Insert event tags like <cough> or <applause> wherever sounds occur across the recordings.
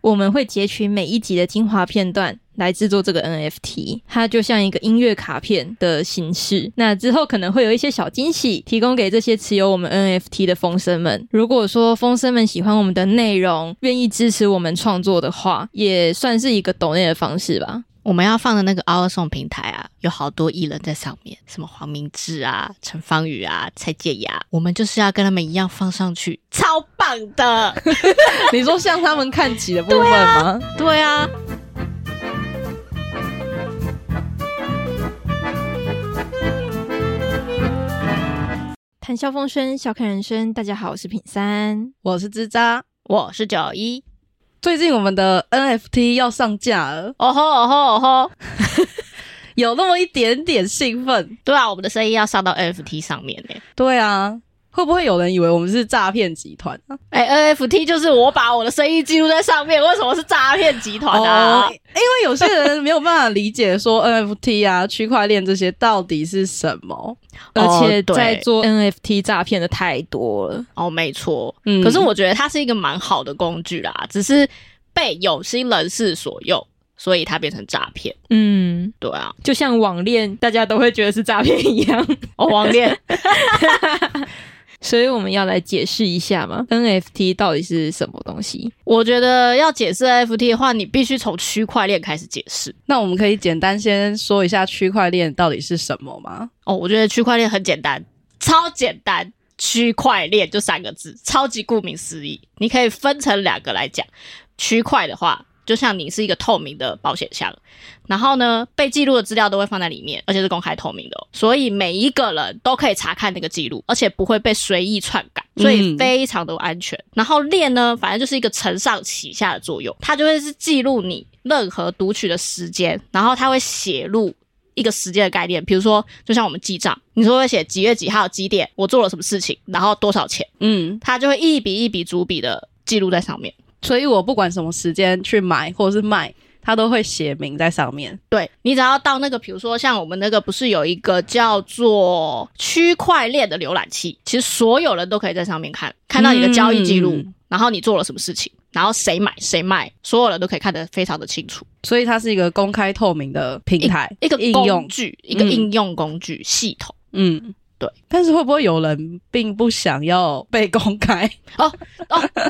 我们会截取每一集的精华片段来制作这个 NFT，它就像一个音乐卡片的形式。那之后可能会有一些小惊喜，提供给这些持有我们 NFT 的风声们。如果说风声们喜欢我们的内容，愿意支持我们创作的话，也算是一个抖内的方式吧。我们要放的那个 Our Song 平台啊，有好多艺人在上面，什么黄明志啊、陈芳宇啊、蔡健雅，我们就是要跟他们一样放上去，超棒的。 <laughs> <laughs> 你说像他们看齐的部分吗？对啊，谈笑风生，笑看人生。大家好，我是品三。我是吱喳。我是九一。最近我们的 NFT 要上架了，哦吼哦吼哦吼！有那么一点点兴奋。对啊，我们的声音要上到 NFT 上面呢、对啊，会不会有人以为我们是诈骗集团啊？哎、n f t 就是我把我的声音记录在上面，为什么是诈骗集团啊？哦因为有些人没有办法理解说 NFT 啊、 <laughs> 区块链这些到底是什么。而哦且对在做 NFT 诈骗的太多了。哦，没错，嗯可是我觉得它是一个蛮好的工具啦，只是被有心人士所用，所以它变成诈骗。嗯，对啊，就像网恋，大家都会觉得是诈骗一样，哦，网恋所以我们要来解释一下嘛，NFT 到底是什么东西？我觉得要解释 NFT 的话，你必须从区块链开始解释。那我们可以简单先说一下区块链到底是什么吗？哦，我觉得区块链很简单，超简单。区块链就三个字，超级顾名思义。你可以分成两个来讲。区块的话，就像你是一个透明的保险箱，然后呢，被记录的资料都会放在里面，而且是公开透明的哦、所以每一个人都可以查看那个记录，而且不会被随意篡改，所以嗯非常的安全。然后链呢，反正就是一个承上启下的作用，它就会是记录你任何读取的时间，然后它会写入。一个时间的概念，比如说，就像我们记账，你说会写几月几号几点我做了什么事情，然后多少钱，嗯，它就会一笔一笔逐笔的记录在上面。所以我不管什么时间去买或是卖，它都会写明在上面。对你只要到那个，比如说像我们那个不是有一个叫做区块链的浏览器，其实所有人都可以在上面看，看到你的交易记录，嗯然后你做了什么事情，然后谁买谁卖，所有人都可以看得非常的清楚。所以它是一个公开透明的平台，一个应工用。具，一个嗯应用工具、系统。嗯，对。但是会不会有人并不想要被 <laughs> 公开？哦，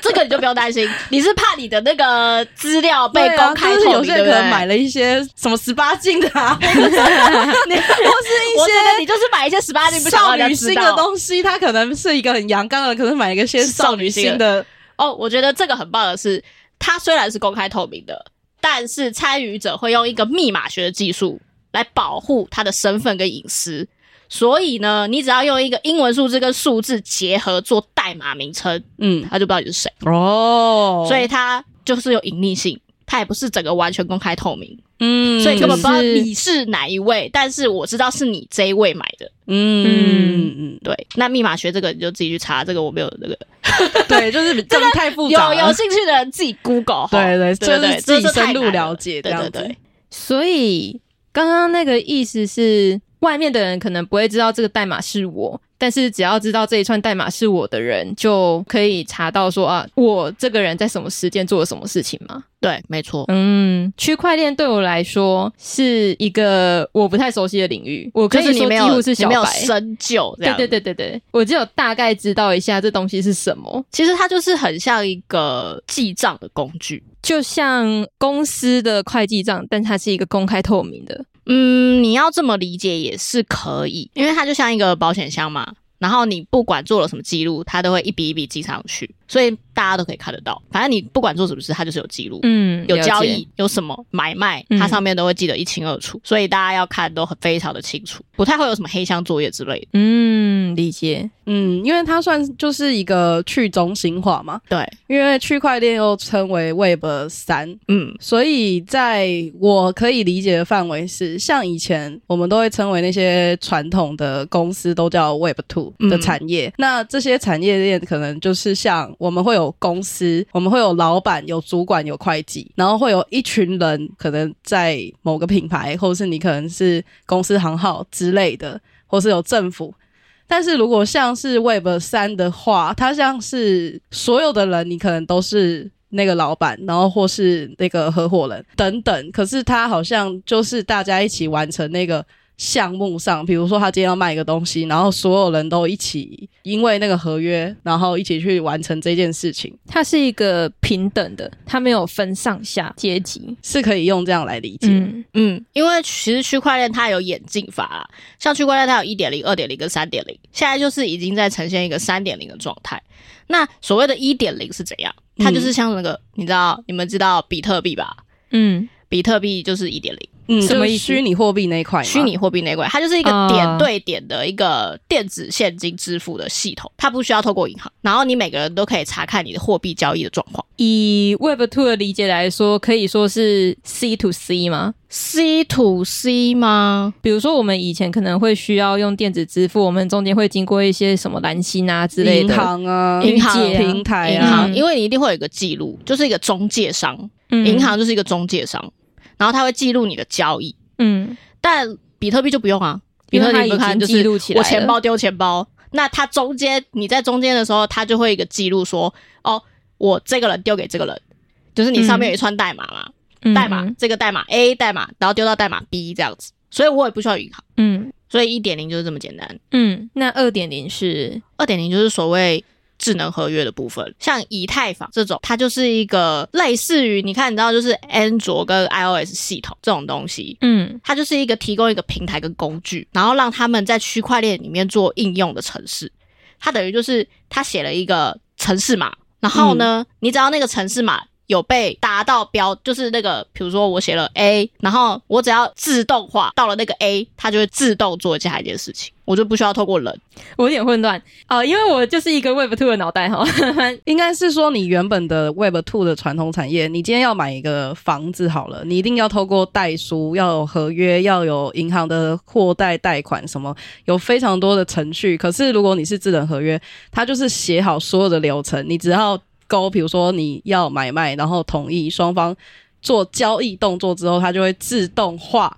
这个你就不用担心，你是怕你的那个资料被对公开啊、就是透有明，些对人不可对能买了一些什么十八禁的 <laughs> 啊，或者是你我或觉得你就是买一些十八禁是不一些想少让人女家知心的道。东西，他可能是一个很阳刚的，可能买一个些少女心的。哦，我觉得这个很棒的是，它虽然是公开透明的，但是参与者会用一个密码学的技术来保护他的身份跟隐私。所以呢，你只要用一个英文数字跟数字结合做代码名称，嗯，他就不知道你是谁。哦，所以它就是有隐匿性，它也不是整个完全公开透明，嗯，所以根本不知道是你是哪一位。但是我知道是你这一位买的，嗯嗯嗯对。那密码学这个你就自己去查，这个我没有那个。嗯，对，就是比这个太复有杂了，有兴趣的人自己 Google 哈。啊对对，对就对是自己这这太深入难了了解这对对样子对。所以刚刚那个意思是，外面的人可能不会知道这个代码是我，但是只要知道这一串代码是我的人，就可以查到说啊，我这个人在什么时间做了什么事情吗？对，没错。嗯，区块链对我来说是一个我不太熟悉的领域，我可就是以你说没几有乎是你小没有白。深究这对样。对，对对对，我只有大概知道一下这东西是什么，其实它就是很像一个记账的工具。就像公司的会计账，但它是一个公开透明的。嗯，你要这么理解也是可以，因为它就像一个保险箱嘛。然后你不管做了什么记录，它都会一笔一笔记上去，所以大家都可以看得到。反正你不管做什么事，它就是有记录，嗯有交易，有什么买卖，嗯它上面都会记得一清二楚。所以大家要看都很非常的清楚，不太会有什么黑箱作业之类的。嗯，理解。嗯，因为它算就是一个去中心化嘛，对，因为区块链又称为 Web 三，嗯，所以在我可以理解的范围是，像以前我们都会称为那些传统的公司都叫 Web Two 嗯的产业。那这些产业链可能就是像我们会有公司， <laughs> 我们会有老板、有主管、有会计，然后会有一群人可能在某个品牌，或者是你可能是公司行号之类的，或是有政府。但是如果像是 Web 三的话，它像是所有的人，你可能都是那个老板，然后或是那个合伙人等等。可是他好像就是大家一起完成那个项目上，比如说他今天要卖一个东西，然后所有人都一起因为那个合约，然后一起去完成这件事情，它是一个平等的，它没有分上下阶级。是可以用这样来理解。嗯，嗯，因为其实区块链它有演进法啦，像区块链它有一点零、二点零跟三点零，现在就是已经在呈现一个三点零的状态。那所谓的一点零是怎样？它就是像那个，你知道，你们知道比特币吧？嗯，比特币就是一点零，嗯，什么就是意思虚拟货币那一块嘛，虚拟货币那一块，它就是一个啊点对点的一个电子现金支付的系统，它不需要透过银行，然后你每个人都可以查看你的货币交易的状况。以 Web Two 的理解来说，可以说是 C to C 吗？ C to C 吗？比如说，我们以前可能会需要用电子支付，我们中间会经过一些什么蓝心啊之类银的，行啊、银行对啊平台银啊，行，因为你一定会有一个记录，就是一个中介商，嗯银，行就是一个中介商，然后他会记录你的交易，嗯，但比特币就不用啊，比因特为它币已不看经就记是录起来我了钱包丢钱包，那它中间你在中间的时候，它就会一个记录说，哦，我这个人丢给这个人，就是你上面有一串代码嘛，嗯代码这个代码 A 代码，然后丢到代码 B 这样子，所以我也不需要银行，嗯所以一点零就是这么简单，嗯，那二点零是二点零就是所谓智能合约的部分，像以太坊这种，它就是一个类似于你看，你知道就是安卓跟 iOS 系统这种东西，嗯它就是一个提供一个平台跟工具，然后让他们在区块链里面做应用的城市。它等于就是它写了一个城市码，然后呢，你只要那个城市码有被达到标，就是那个比如说我写了 A，然后我只要自动化到了那个 A，它就会自动做下一件事情，我就不需要透过人。我有点混乱啊、因为我就是一个 Web Two 的脑袋哈。应该是说，你原本的 Web Two 的传统产业，你今天要买一个房子好了，你一定要透过代书，要有合约，要有银行的货贷贷款什么，有非常多的程序。可是如果你是智能合约，它就是写好所有的流程，你只要勾，比如说你要买卖，然后同意双方做交易动作之后，它就会自动化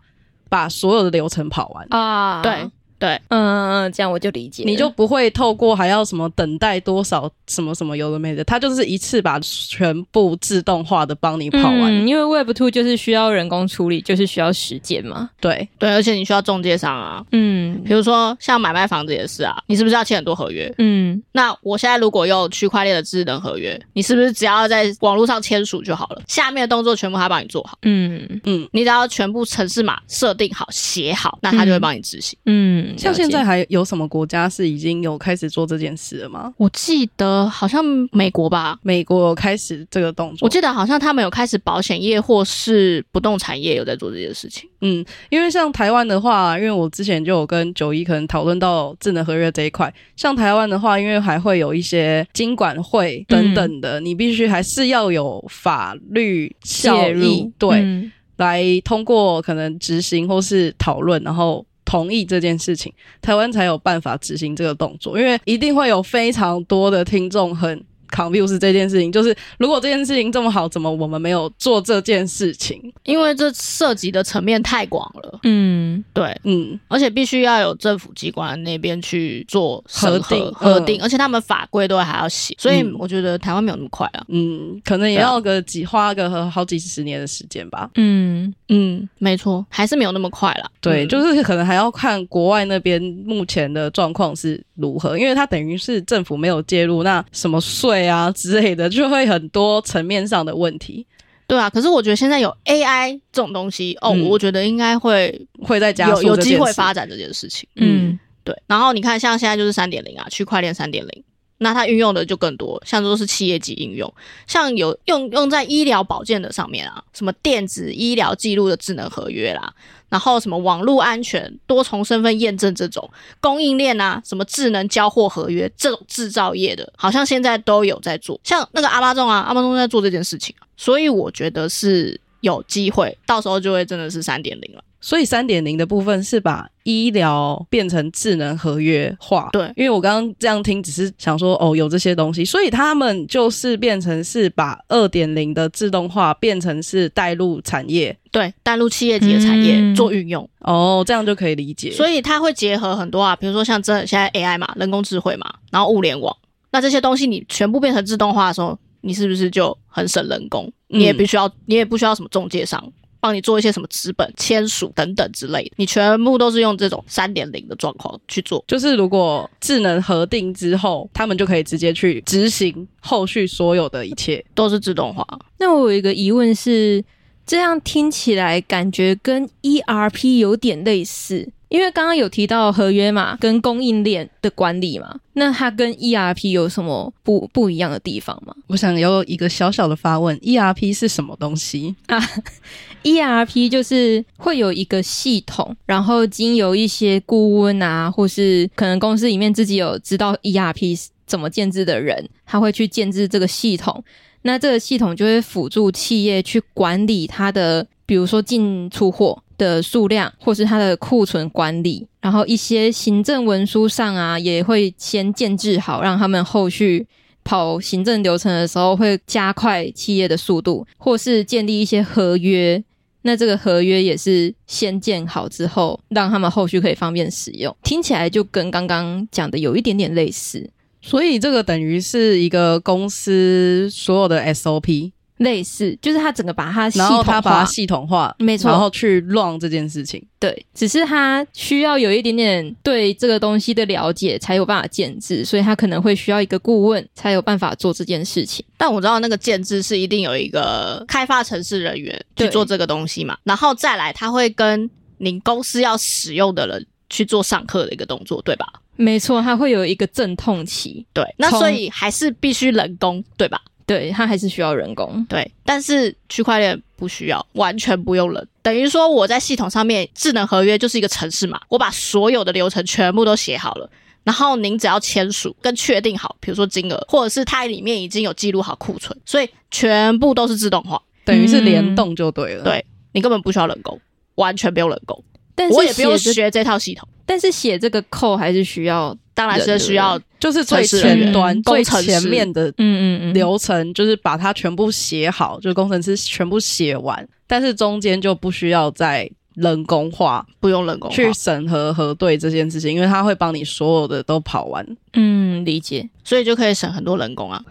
把所有的流程跑完。啊，对对，嗯，嗯，这样我就理解了，你就不会透过还要什么等待多少什么什么有的没的，它就是一次把全部自动化的帮你跑完。嗯因为 Web Two 就是需要人工处理，就是需要时间嘛。对，对，而且你需要中介商啊，嗯比如说像买卖房子也是啊，你是不是要签很多合约？嗯那我现在如果用区块链的智能合约，你是不是只要在网络上签署就好了？下面的动作全部他帮你做好，嗯你只要全部程式码设定好、写好，那他就会帮你执行。嗯，像了解现在还有什么国家是已经有开始做这件事了吗？我记得好像美国吧，美国有开始这个动我作，记得好像他们有开始保险业或是不动产业有在做这件事情。嗯，因为像台湾的话，因为我之前就有跟九一可能讨论到智能合约这一块，像台湾的话，因为还会有一些经管会等等的，你必须还是要有法律嗯效介益入，对，嗯来通过可能执行或是讨论，然后同意这件事情，台湾才有办法执行这个动作。因为一定会有非常多的听众很 confuse 这件事情，就是如果这件事情这么好，怎么我们没有做这件事情？因为这涉及的层面太广了，嗯对，嗯，而且必须要有政府机关那边去做审核核定核嗯定，而且他们法规都还要写，所以嗯我觉得台湾没有那么快啊。嗯，可能也要个几花个和好几十年的时间吧。嗯嗯，没错，还是没有那么快啦。对，嗯就是可能还要看国外那边目前的状况是如何，因为它等于是政府没有介入，那什么税啊之类的，就会很多层面上的问题对啊。可是我觉得现在有 AI 这种东西，哦，嗯我觉得应该会会再加有速有这机件会事发展这件事情。嗯对。然后你看，像现在就是三点零啊，区块链三点零，那它运用的就更多，像都是企业级应用，像有用用在医疗保健的上面啊，什么电子医疗记录的智能合约啦，然后什么网络安全、多重身份验证这种供应链啊，什么智能交货合约这种制造业的，好像现在都有在做。像那个阿巴仲啊，阿巴仲在做这件事情啊，所以我觉得是有机会，到时候就会真的是三点零了。所以三点零的部分是把医疗变成智能合约化。对因为我刚刚这样听，只是想说哦，有这些东西，所以他们就是变成是把二点零的自动化变成是带入产业对，带入企业级的产业嗯做运用，哦，这样就可以理解。所以以它会结合很多啊，比如说像真的现在 AI 嘛，人工智慧嘛，然后物联网，那这些东西你全部变成自动化的时候，你是不是就很省人工？你也必须要，你也不需要什么中介商帮你做一些什么资本签署等等之类的，你全部都是用这种三点零的状况去做。就是如果智能核定之后，他们就可以直接去执行后续所有的一切。都是自动化，那我有一个疑问是，这样听起来感觉跟 ERP 有点类似，因为刚刚有提到合约嘛，跟供应链的管理嘛，那它跟 ERP 有什么不不一样的地方吗我想有一个小小的发问：ERP 是什么东西？ ？ERP ，E 就是会有一个系统，然后经由一些顾问啊，或是可能公司里面自己有知道 ERP 怎么建制的人，他会去建制这个系统，那这个系统就会辅助企业去管理它的，比如说进出货的数量，或是它的库存管理，然后一些行政文书上啊，也会先建制好，让他们后续。跑行政流程的时候，会加快企业的速度，或是建立一些合约。那这个合约也是先建好之后，让他们后续可以方便使用。听起来就跟刚刚讲的有一点点类似，所以这个等于是一个公司所有的 SOP，类似就是他整个把它系然统后化，他把它系统化，没错，然后去 run 这件事情。对，只是他需要有一点点对这个东西的了解，才有办法建制，所以他可能会需要一个顾问，才有办法做这件事情。但我知道那个建制是一定有一个开发城市人员去对做这个东西嘛，然后再来他会跟您公司要使用的人去做上课的一个动作，对吧？没错，他会有一个阵痛期，对，那从所以还是必须人工，对吧？对他还是需要人工。对，但是区块链不需要，完全不用人，等于说我在系统上面智能合约就是一个程式嘛，我把所有的流程全部都写好了。然后您只要签署跟确定好，比如说金额，或者是它里面已经有记录好库存，所以全部都是自动化，等于是联动就对了。嗯对你根本不需要人工，完全不用人工，但我是也不用写这，学这套系统，但是写这个扣还是需要，当然是人需要就是最程式人前员端、嗯工最程师前面的嗯嗯嗯，流程，就是把它全部写好，就是工程师全部写完，但是中间就不需要再人工化不用人工啊化去审核核对这件事情，因为他会帮你所有的都跑完。嗯理解。所以就可以省很多人工啊。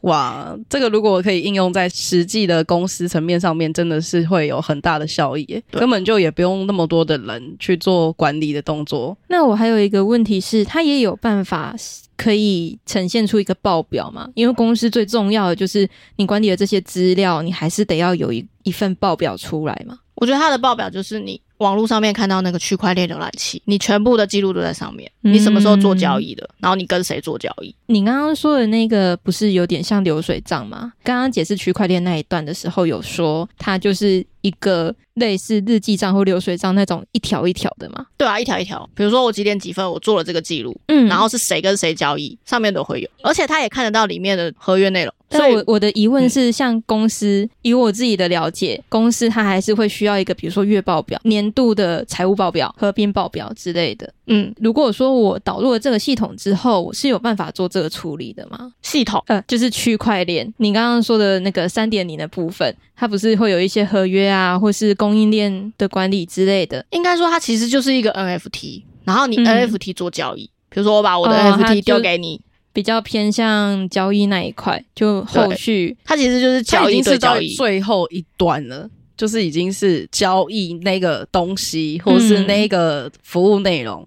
哇，这个如果可以应用在实际的公司层面上面，真的是会有很大的效益耶，对根本就也不用那么多的人去做管理的动作。那我还有一个问题是，它也有办法可以呈现出一个报表嘛？因为公司最重要的就是你管理的这些资料，你还是得要有一一份报表出来嘛。我觉得它的报表就是你网络上面看到那个区块链浏览器，你全部的记录都在上面，嗯你什么时候做交易的，然后你跟谁做交易，你刚刚说的那个不是有点像流水账吗？刚刚解释区块链那一段的时候，有说它就是一个类似日记账或流水账那种一条一条的嘛。对啊，一条一条。比如说我几点几分我做了这个记录，嗯然后是谁跟谁交易，上面都会有，而且他也看得到里面的合约内容，所但以我我的疑问是，像公司、以我自己的了解，公司它还是会需要一个，比如说月报表、年度的财务报表、合并报表之类的。嗯，如果说我导入了这个系统之后，我是有办法做这个处理的吗？系统呃，就是区块链，你刚刚说的那个三点零的部分，它不是会有一些合约啊，或是供应链的管理之类的，应该说它其实就是一个 NFT，然后你嗯 NFT 做交易，比如说我把我的哦它 NFT 就丢给你，比较偏向交易那一块，就后续它其实就是它交哦易已经对是到交易，最后一段了。就是已经是交易那个东西，或是嗯那个服务内容，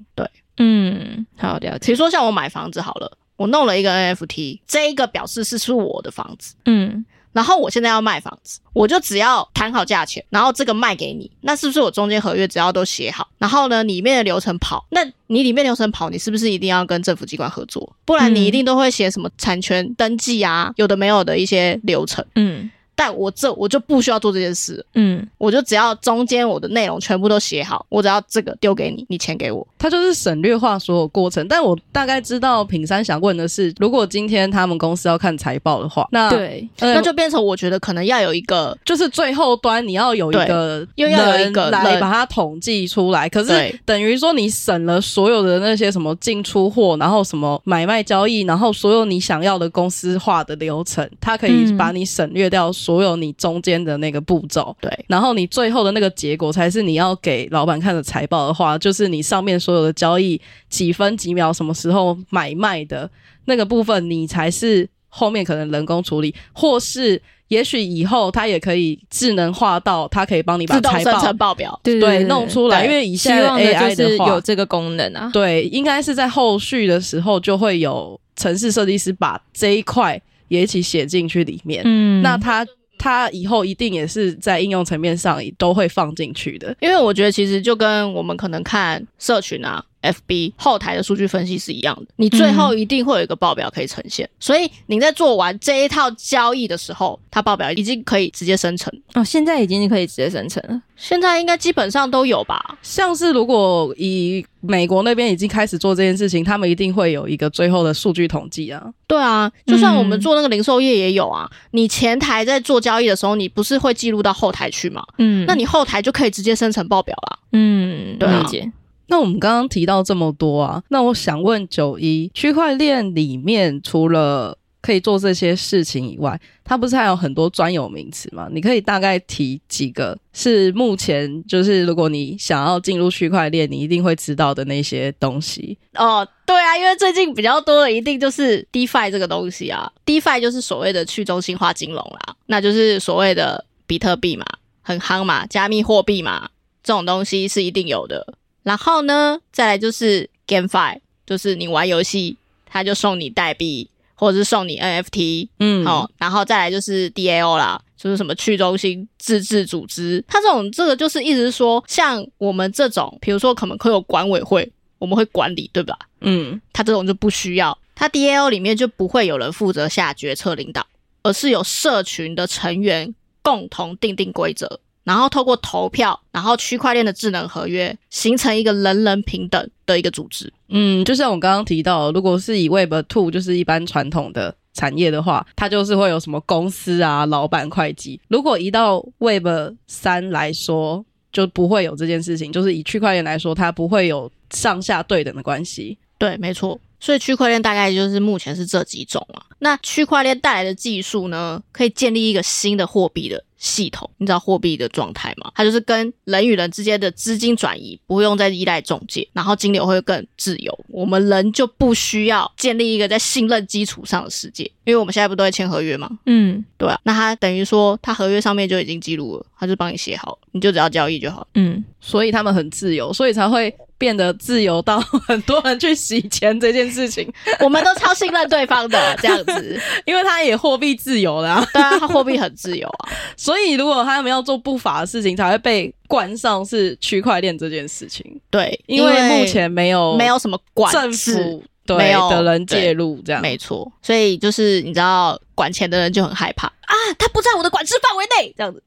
嗯，好了比解，如说像我买房子好了，我弄了一个 NFT，这一个表示是是我的房子。嗯然后我现在要卖房子，我就只要谈好价钱，然后这个卖给你，那是不是我中间合约只要都写好，然后呢里面的流程跑，那你里面流程跑，你是不是一定要跟政府机关合作？不然你嗯一定都会写什么产权登记啊，有的没有的一些流程。嗯但我这我就不需要做这件事，嗯，我就只要中间我的内容全部都写好，我只要这个丢给你，你钱给我。它就是省略化所有过程。但我大概知道品山想问的是，如果今天他们公司要看财报的话，那对，呃那就变成我觉得可能要有一个就是最后端你要有一个对又要有一个人人来把它统计出来，可对是等于说你省了所有的那些什么进出货，然后什么买卖交易，然后所有你想要的公司化的流程，它可以嗯把你省略掉所有你中间的那个步骤。对然后你最后的那个结果才是你要给老板看的财报的话，就是你上面所有的交易几分几秒什么时候买卖的那个部分，你才是后面可能人工处理，或是也许以后它也可以智能化到，它可以帮你把自动财生报成报表。对对弄出来，对因为以希现在望的 AI 就是话有这个功能啊。对，应该是在后续的时候就会有城市设计师把这一块也一起写进去里面。嗯那它它以后一定也是在应用层面上也都会放进去的。因为我觉得其实就跟我们可能看社群啊、FB 后台的数据分析是一样的，你嗯最后一定会有一个报表可以呈现，所以你在做完这一套交易的时候，它报表已经可以直接生成。哦，现在已经可以直接生成了。现在应该基本上都有吧？像是如果以美国那边已经开始做这件事情，他们一定会有一个最后的数据统计啊。对啊，就算我们嗯做那个零售业也有啊。你前台在做交易的时候，你不是会记录到后台去吗？嗯那你后台就可以直接生成报表啦。嗯，对啊理解。那我们刚刚提到这么多啊，那我想问九一，区块链里面除了可以做这些事情以外，它不是还有很多专有名词吗？你可以大概提几个是目前就是如果你想要进入区块链，你一定会知道的那些东西。哦，对啊，因为最近比较多的一定就是 DeFi 这个东西啊，DeFi 就是所谓的去中心化金融啦，那就是所谓的比特币嘛，很夯嘛，加密货币嘛，这种东西是一定有的。然后呢，再来就是 GameFi，就是你玩游戏，它就送你代币或者是送你 NFT，嗯哦，然后再来就是 DAO 啦，就是什么去中心自治组织，它这种这个就是一直说，像我们这种，比如说可能会有管委会，我们会管理，对吧？嗯它这种就不需要，它 DAO 里面就不会有人负责下决策领导，而是有社群的成员共同定定规则，然后透过投票，然后区块链的智能合约形成一个人人平等的一个组织。嗯，就像我刚刚提到，如果是以 Web Two 就是一般传统的产业的话，它就是会有什么公司啊、老板、会计。如果移到 Web 三来说，就不会有这件事情。就是以区块链来说，它不会有上下对等的关系。对，没错。所以区块链大概就是目前是这几种啊。那区块链带来的技术呢，可以建立一个新的货币的系统。你知道货币的状态吗？它就是跟人与人之间的资金转移不用再依赖中介，然后金流会更自由。我们人就不需要建立一个在信任基础上的世界，因为我们现在不都在签合约吗？嗯对啊，那它等于说它合约上面就已经记录了，它就帮你写好了，你就只要交易就好了。 <laughs> 嗯，所以他们很自由，所以才会变得自由到 <laughs> 很多人去洗钱这件事情，我们都超信任对方的这样子，因为他也货币自由啦、对啊，它货币很自由啊。所以如果他们要做不法的事情，才会被冠上是区块链这件事情。对，因为目前没有没有什么管政制，府对没有的人介入这样。没错，所以就是你知道，管钱的人就很害怕啊，他不在我的管制范围内，这样子。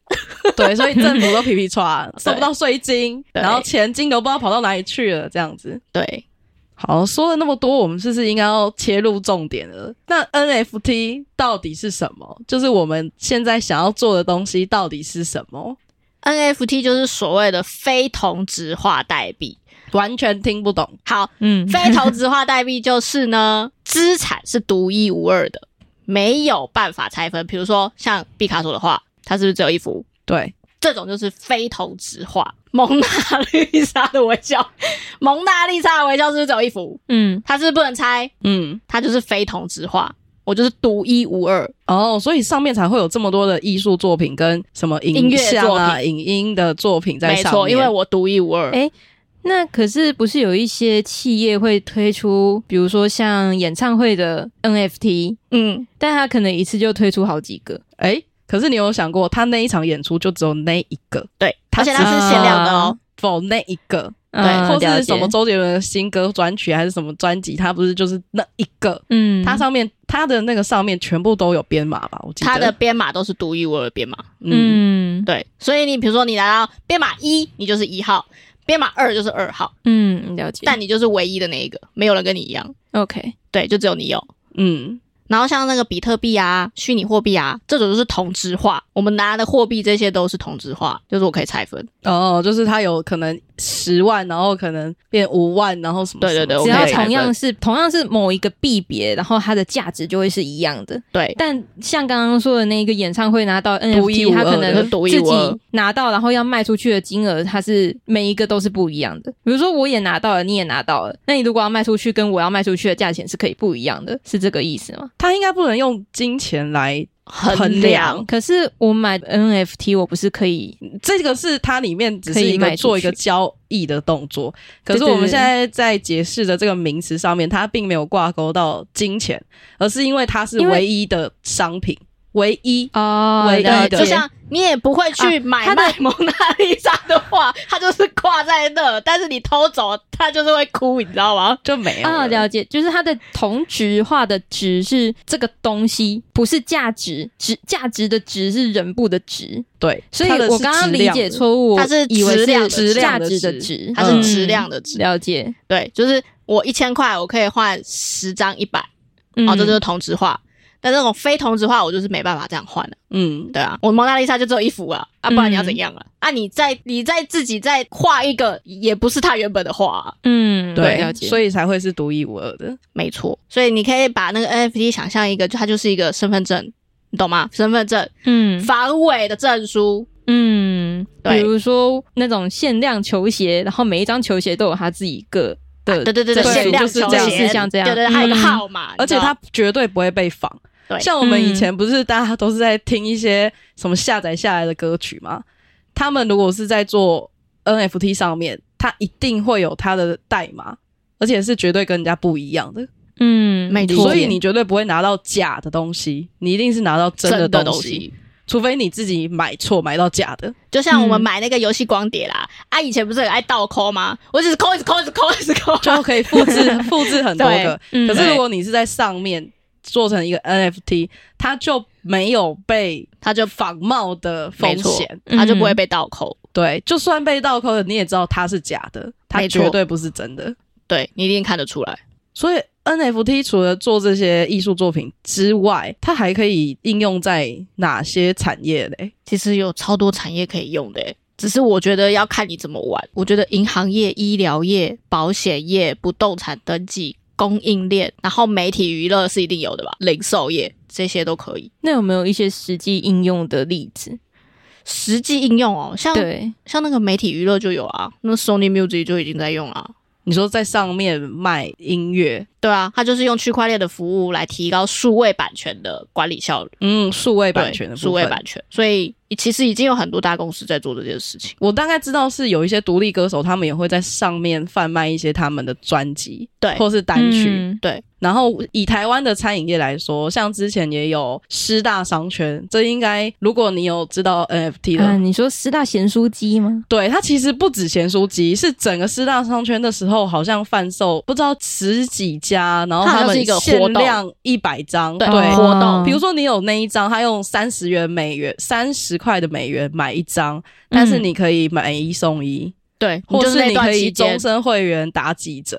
对，所以政府都皮皮 <laughs> 抓，收不到税金，对然后钱金流不知道跑到哪里去了，这样子。对，好，说了那么多，我们是不是应该要切入重点了？那 NFT 到底是什么？就是我们现在想要做的东西到底是什么？ NFT 就是所谓的非同质化代币。完全听不懂。 <laughs> 好，嗯，非同质化代币就是呢，资产是独一无二的，没有办法拆分。比如说像毕卡索的画，它是不是只有一幅？对，这种就是非同质化。 <laughs> 蒙娜丽莎的微笑，蒙娜丽莎的微笑是不是只有一幅？嗯它是不是不能拆，嗯，它就是非同质化，我就是独一无二。哦，所以上面才会有这么多的艺术作品跟什么音影乐像作啊、影音的作品在没上面。错，因为我独一无二。哎那可是不是有一些企业会推出，比如说像演唱会的 NFT，嗯，但它可能一次就推出好几个。哎，可是你有想过，他那一场演出就只有那一个，对，而且它它是是限量的啊哦。否那一个，对或是什么？嗯周杰伦的新歌专曲还是什么专辑，它不是就是那一个？嗯，它上面它的那个上面全部都有编码吧？我记得它的编码都是独一无二的编码，嗯嗯对，所以你比如说你拿到编码一，你就是一号；编码二就是二号，嗯，了解。但你就是唯一的那一个，没有人跟你一样， OK，对，就只有你有。嗯然后像那个比特币啊、虚拟货币啊，这种就是同质化，我们拿的货币这些都是同质化，就是我可以拆分。哦，就是它有可能十万，然后可能变五万，然后什么对对什么对只之类的要我可以同样是同样是某一个币别，然后它的价值就会是一样的。对但像刚刚说的那个演唱会拿到独一 NFT，无他二的可能独一自无二己拿到，然后要卖出去的金额，它是每一个都是不一样的。比如说我也拿到了，你也拿到了，那你如果要卖出去，跟我要卖出去的价钱是可以不一样的，是这个意思吗？他应该不能用金钱来，衡衡量量，可是我买 NFT，我不是可以这个是它里面只是一可以卖出个去做一个交易的动作。可是对对对我们现在在解释的这个名词上面，它并没有挂钩到金钱，而是因为它是因为唯一的商品，唯一。哦唯一了的解就像你也不会去啊买它的卖 <laughs> 蒙娜丽莎的画，它就是挂在那，但是你偷走，它就是会哭，你知道吗？就没有啊，了了解，就是它的同质化的值是这个东西，不是价值，值价值的值是人部的值，对，所以它的是我刚刚质理量解的错误，它是我以为质量的是质价量的值的值值，它嗯是质量的值，了解，对，就是我一千块，我可以换十张一百，嗯哦，这就是同质化。但那种非同质化，我就是没办法这样换了、嗯，对啊，我蒙娜丽莎就只有一幅啊，啊，不然你要嗯怎样啊？啊，你再你再自己再画一个，也不是它原本的画、啊，嗯，对，了解，啊所以以才会是独一无二的。没错。所以你可以把那个 NFT 想象一个，就它就是一个身份证，你懂吗？身份证、嗯防伪的证书，嗯，比对如说那种限量球鞋，然后每一张球鞋都有它自己个的、对对对证书限量就是球这样鞋，是像这样对对，对还有一个嗯号码，而且你知道它绝对不会被仿。对像我们以嗯前不是大家都是在听一些什么下载下来的歌曲吗？他们如果是在做 NFT 上面，它一定会有它的代码，而且是绝对跟人家不一样的。嗯，没理错所以解你绝对不会拿到假的东西，你一定是拿到真真的东西，。除非你自己买错买到假的。就像我们嗯买那个游戏光碟啦，啊，以前不是很爱倒抠吗？我只是抠，一直抠，一直抠，一直抠，就可以复制 <laughs> 复制很多个。对嗯可是对如果你是在上面做成一个 NFT，它就没有被它就仿冒的风险。嗯它就不会被倒扣。对，就算被盗扣了，你也知道它是假的，它没错绝对不是真的。对你一定看得出来，所以 NFT 除了做这些艺术作品之外，它还可以应用在哪些产业嘞？其实有超多产业可以用的欸、只是我觉得要看你怎么玩。我觉得银行业、医疗业、保险业、不动产登记、供应链，然后媒体娱乐是一定有的吧，零售业这些都可以。那有没有一些实际应用的例子？实际应用哦，像对，像那个媒体娱乐就有啊，那 Sony Music 就已经在用了啊、你说在上面卖音乐，对啊，它就是用区块链的服务来提高数位版权的管理效率，嗯，数位版对权的部分数位版权。所以其实已经有很多大公司在做这件事情。我大概知道是有一些独立歌手，他们也会在上面贩卖一些他们的专辑，对或是单曲。嗯对，然后以台湾的餐饮业来说，像之前也有师大商圈，这应该如果你有知道 NFT 的，啊，嗯你说师大咸酥鸡吗？对它其实不止咸酥鸡，是整个师大商圈的时候，好像贩售不知道十几家，然后它好像他们是一个活限动哦量一百张，对对，活动比如说你有那一张，他用三十元美元、三十块的美元买一张，但是你可以买一送一，对，或嗯就是是那你段可期以间终，身会员打几折，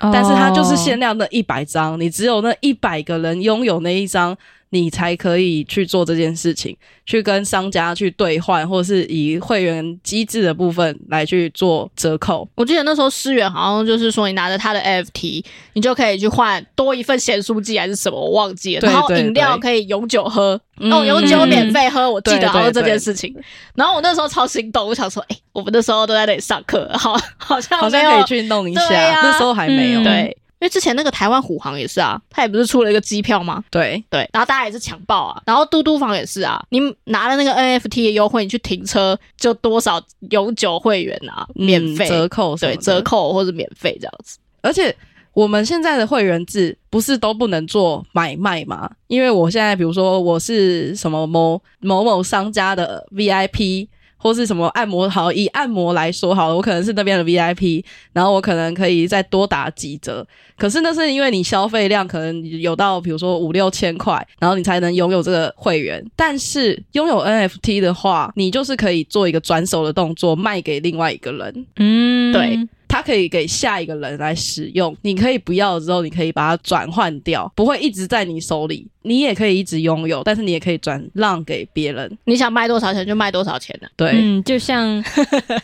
哦但是它就是限量的一百张，你只有那一百个人拥有那一张，你才可以去做这件事情，去跟商家去兑换，或是以会员机制的部分来去做折扣。我记得那时候思源好像就是说，你拿着他的 FT，你就可以去换多一份咸酥鸡还是什么，我忘记了。对然后对饮料对可以永久喝，哦，嗯永久免费喝，我记对得好像对这件对事情。然后我那时候超心动，我想说，哎，我们那时候都在那里上课，好好像没好像有可以去弄一下，对啊那时候还没有。嗯对。因为之前那个台湾虎航也是啊，他也不是出了一个机票吗？对，对，然后大家也是抢爆啊，然后嘟嘟房也是啊，你拿了那个 NFT 的优惠，你去停车就多少永久会员啊，嗯免费、折扣什么对的折，扣或者免费这样子。而且。我们现在的会员制不是都不能做买卖吗？因为我现在比如说我是什么某某某商家的 VIP，或是什么按摩好，以按摩来说好了，我可能是那边的 VIP，然后我可能可以再多打几折。可是那是因为你消费量可能有到比如说五六千块，然后你才能拥有这个会员。但是拥有 NFT 的话，你就是可以做一个转手的动作卖给另外一个人。嗯，对它可以给下一个人来使用。你可以不要的时候，你可以把它转换掉，不会一直在你手里。你也可以一直拥有，但是你也可以转让给别人。你想卖多少钱就卖多少钱啊呢、对，嗯，就像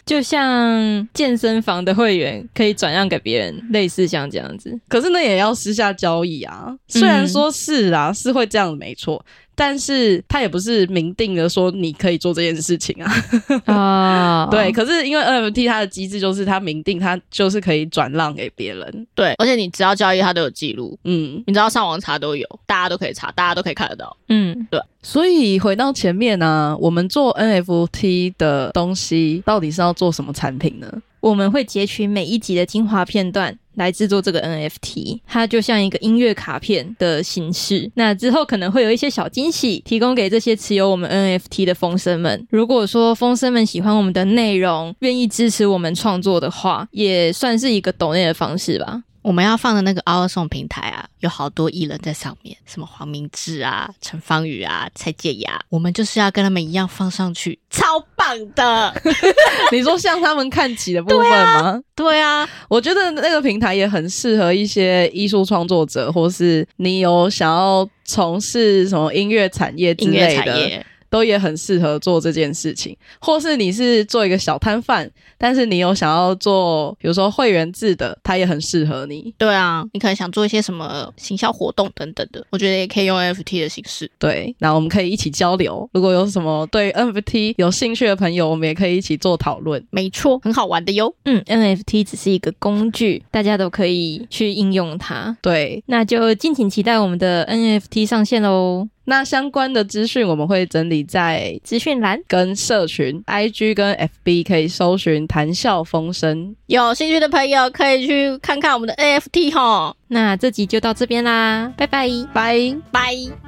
就像健身房的会员可以转让给别人，类似像这样子。可是那也要私下交易啊。虽然说是啊，是会这样没错，但是它也不是明定的说你可以做这件事情啊。啊、 <laughs> 对，，可是因为 NFT 它的机制就是它明定它就是可以转让给别人，对，而且你只要交易，它都有记录，嗯，你知道上网查都有，大家都可以查，大家都可以看得到。嗯，所以回到前面呢、我们做 NFT 的东西到底是要做什么产品呢？我们会截取每一集的精华片段来制作这个 NFT，它就像一个音乐卡片的形式。那之后可能会有一些小惊喜，提供给这些持有我们 NFT 的风声们。如果说风声们喜欢我们的内容，愿意支持我们创作的话，也算是一个抖内的方式吧。我们要放的那个 o u r Song 平台啊，有好多艺人在上面，什么黄明志啊、陈芳宇啊、蔡健雅，我们就是要跟他们一样放上去，超棒 <laughs> 的。 <laughs> 你说像他们看齐的部分吗？对啊，我觉得那个平台也很适合一些艺术创作者，或是你有想要从事什么音乐产业之音乐类产的，业，都也很适合做这件事情。或是你是做一个小摊贩，但是你有想要做，比如说会员制的，它也很适合你。对啊，你可能想做一些什么行销活动等等的，我觉得也可以用 NFT 的形式。对，那我们可以一起交流。如果有什么对 NFT 有兴趣的朋友，我们也可以一起做讨论。没错，很好玩的哟。嗯，NFT 只是一个工具，大家都可以去应用它。对，那就敬请期待我们的 NFT 上线喽！那相关的资讯我们会整理在资讯栏，跟社群 IG 跟 FB 可以搜寻“谈笑风生有兴趣的朋友可以去看看我们的 NFT 哈，那这集就到这边啦，拜拜。拜。拜。